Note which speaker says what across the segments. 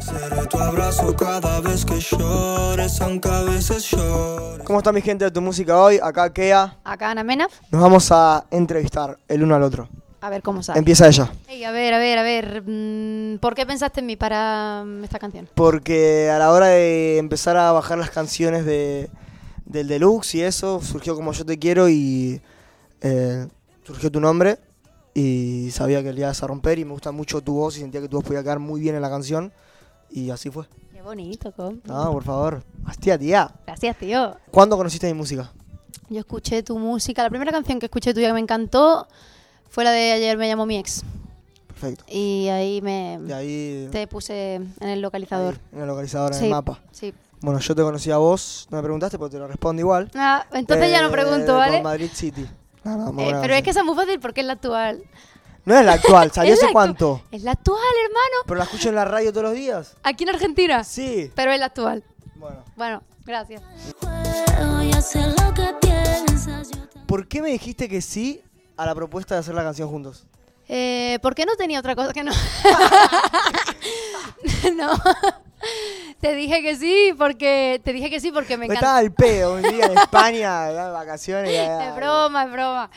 Speaker 1: Seré tu abrazo cada vez que llores, aunque a veces llores.
Speaker 2: ¿Cómo está mi gente de tu música hoy? Acá Kea.
Speaker 3: Acá Ana Mena.
Speaker 2: Nos vamos a entrevistar el uno al otro.
Speaker 3: A ver cómo sale.
Speaker 2: Empieza ella.
Speaker 3: Ey, a ver, a ver, a ver. mm, ¿Por qué pensaste en mí para mm, esta canción?
Speaker 2: Porque a la hora de empezar a bajar las canciones de, del deluxe y eso, surgió como yo te quiero y eh, surgió tu nombre y sabía que le ibas a romper y me gusta mucho tu voz y sentía que tu voz podía quedar muy bien en la canción y así fue.
Speaker 3: Qué bonito, compa.
Speaker 2: No, por favor. Hostia, tía.
Speaker 3: Gracias, tío.
Speaker 2: ¿Cuándo conociste mi música?
Speaker 3: Yo escuché tu música. La primera canción que escuché tuya que me encantó fue la de Ayer me llamó mi ex.
Speaker 2: Perfecto.
Speaker 3: Y ahí me
Speaker 2: De ahí...
Speaker 3: te puse en el localizador.
Speaker 2: ahí, en el localizador, en
Speaker 3: Sí,
Speaker 2: el mapa.
Speaker 3: Sí.
Speaker 2: Bueno, yo te conocí a vos, no me preguntaste, pero te lo respondo igual.
Speaker 3: Ah, entonces ya no
Speaker 2: Eh,
Speaker 3: pregunto,
Speaker 2: con
Speaker 3: ¿vale?
Speaker 2: Madrid City. No, no, muy
Speaker 3: Eh,
Speaker 2: buena
Speaker 3: pero es que
Speaker 2: canción.
Speaker 3: esa es muy fácil porque es la actual.
Speaker 2: No es la actual, salió
Speaker 3: Es la
Speaker 2: hace
Speaker 3: actu-
Speaker 2: cuánto.
Speaker 3: Es la actual, hermano.
Speaker 2: Pero la escucho en la radio todos los días.
Speaker 3: Aquí en Argentina.
Speaker 2: Sí.
Speaker 3: Pero es la actual.
Speaker 2: Bueno.
Speaker 3: Bueno, gracias.
Speaker 4: juego, ya sé lo que piensas. Yo te
Speaker 2: ¿Por qué me dijiste que sí a la propuesta de hacer la canción juntos?
Speaker 3: Eh, ¿Por qué no tenía otra cosa que no? no. Te dije que sí porque te dije que sí porque me
Speaker 2: No estaba al
Speaker 3: encanta.
Speaker 2: pedo un día en España, de vacaciones. ya-
Speaker 3: Es broma, es broma.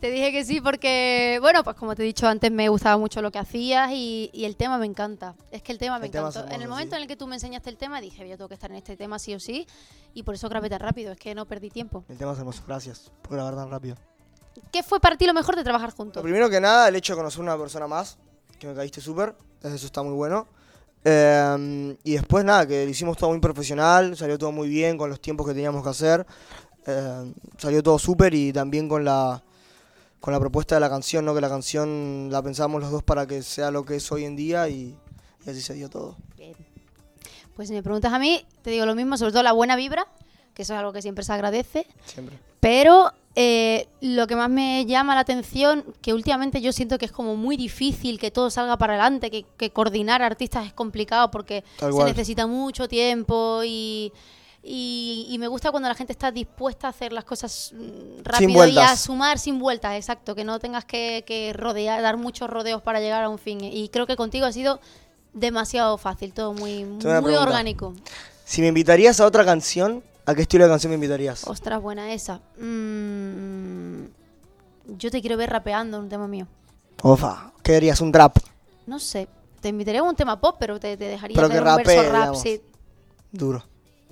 Speaker 3: Te dije que sí porque, bueno, pues como te he dicho antes, me gustaba mucho lo que hacías y, y el tema me encanta. Es que el tema me
Speaker 2: El tema es
Speaker 3: encantó. en el
Speaker 2: hermoso,
Speaker 3: momento
Speaker 2: sí.
Speaker 3: en el que tú me enseñaste el tema, dije, yo tengo que estar en este tema sí o sí. Y por eso grabé tan rápido, es que no perdí tiempo.
Speaker 2: El tema es hermoso, gracias por grabar tan rápido.
Speaker 3: ¿Qué fue para ti lo mejor de trabajar
Speaker 2: Lo
Speaker 3: juntos?
Speaker 2: primero que nada, el hecho de conocer una persona más, que me caíste súper, eso está muy bueno. Eh, y después nada, que lo hicimos todo muy profesional, salió todo muy bien con los tiempos que teníamos que hacer, eh, salió todo súper y también con la, con la propuesta de la canción, ¿no? que la canción la pensamos los dos para que sea lo que es hoy en día y, y así se dio todo.
Speaker 3: Bien. Pues si me preguntas a mí, te digo lo mismo, sobre todo la buena vibra, que eso es algo que siempre se agradece.
Speaker 2: Siempre.
Speaker 3: Pero eh, lo que más me llama la atención, que últimamente yo siento que es como muy difícil que todo salga para adelante, que, que coordinar artistas es complicado porque
Speaker 2: Tal
Speaker 3: se
Speaker 2: cual.
Speaker 3: necesita mucho tiempo y, y- y me gusta cuando la gente está dispuesta a hacer las cosas mm, rápido y a
Speaker 2: vueltas.
Speaker 3: sumar sin vueltas, exacto, que no tengas que, que rodear, dar muchos rodeos para llegar a un fin. Y creo que contigo ha sido demasiado fácil, todo muy,
Speaker 2: una
Speaker 3: muy
Speaker 2: pregunta.
Speaker 3: orgánico.
Speaker 2: Si me invitarías a otra canción, ¿a qué estilo de canción me invitarías?
Speaker 3: Ostras, buena esa. Mm, yo te quiero ver rapeando un tema mío.
Speaker 2: Ofa, ¿qué harías? ¿Un trap?
Speaker 3: No sé. Te invitaría a un tema pop, pero te, te dejaría
Speaker 2: Pero
Speaker 3: hacer
Speaker 2: que
Speaker 3: un verso
Speaker 2: rapee,
Speaker 3: rap.
Speaker 2: digamos.
Speaker 3: Sí,
Speaker 2: Duro.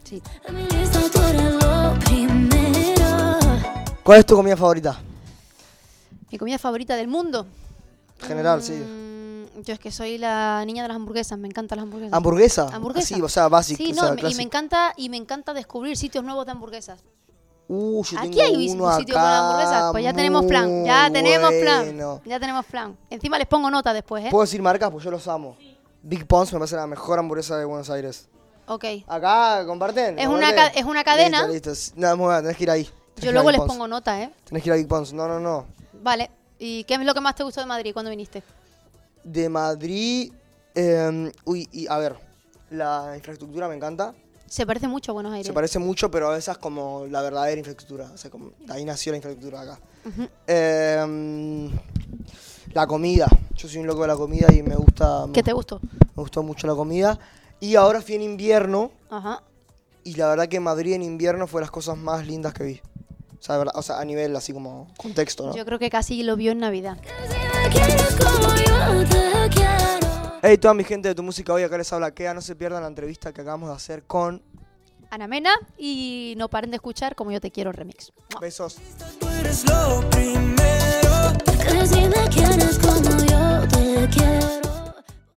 Speaker 3: sí.
Speaker 4: En mi lista tú eres lo primero.
Speaker 2: ¿Cuál es tu comida favorita?
Speaker 3: Mi comida favorita del mundo.
Speaker 2: General, sí.
Speaker 3: Mm, yo es que soy la niña de las hamburguesas. Me encantan las hamburguesas.
Speaker 2: ¿Hamburguesa?
Speaker 3: Hamburguesa.
Speaker 2: ah, Sí, o sea, básica.
Speaker 3: Sí,
Speaker 2: o
Speaker 3: no,
Speaker 2: sea,
Speaker 3: me- y
Speaker 2: clásica.
Speaker 3: me encanta y me encanta descubrir sitios nuevos de hamburguesas.
Speaker 2: Uh, yo
Speaker 3: Aquí
Speaker 2: tengo
Speaker 3: hay un
Speaker 2: uno
Speaker 3: sitio para
Speaker 2: acá
Speaker 3: hamburguesas. Pues ya tenemos plan, ya
Speaker 2: muy
Speaker 3: tenemos plan,
Speaker 2: bueno.
Speaker 3: ya tenemos plan. Encima les pongo nota después, ¿eh?
Speaker 2: ¿Puedo decir marcas? Pues yo los amo. Big Pons me parece la mejor hamburguesa de Buenos Aires.
Speaker 3: Ok.
Speaker 2: Acá, comparten.
Speaker 3: Es una
Speaker 2: comparten.
Speaker 3: ca- es una cadena.
Speaker 2: Listo, listo. No, es muy buena, tenés que ir ahí. Tenés que ir
Speaker 3: Yo
Speaker 2: a
Speaker 3: luego
Speaker 2: Big
Speaker 3: les
Speaker 2: Pons.
Speaker 3: pongo nota, ¿eh?
Speaker 2: Tenés que ir a Big Pons. No, no, no.
Speaker 3: Vale. ¿Y qué es lo que más te gustó de Madrid cuando viniste?
Speaker 2: De Madrid. eh, uy, y a ver. La infraestructura me encanta.
Speaker 3: Se parece mucho a Buenos Aires.
Speaker 2: Se parece mucho, pero esa es como la verdadera infraestructura. O sea, como, ahí nació la infraestructura acá. Em, la comida. Yo soy un loco de la comida y me gusta. me
Speaker 3: ¿Qué te gustó?
Speaker 2: Me gustó mucho la comida. Y ahora fui en invierno
Speaker 3: Ajá.
Speaker 2: Ah. y la verdad que Madrid en invierno fue las cosas más lindas que vi. O sea, de verdad- o sea, a nivel así como contexto, ¿no?
Speaker 3: Yo creo que casi lo vio en Navidad.
Speaker 4: Casi me quieres como yo te quiero.
Speaker 2: Hey, toda mi gente de tu música hoy, acá les habla Kea. No se pierdan la entrevista que acabamos de hacer con
Speaker 3: Ana Mena y no paren de escuchar como yo te quiero remix. ¡Mua!
Speaker 2: Besos.
Speaker 1: Tú eres lo primero.
Speaker 4: Casi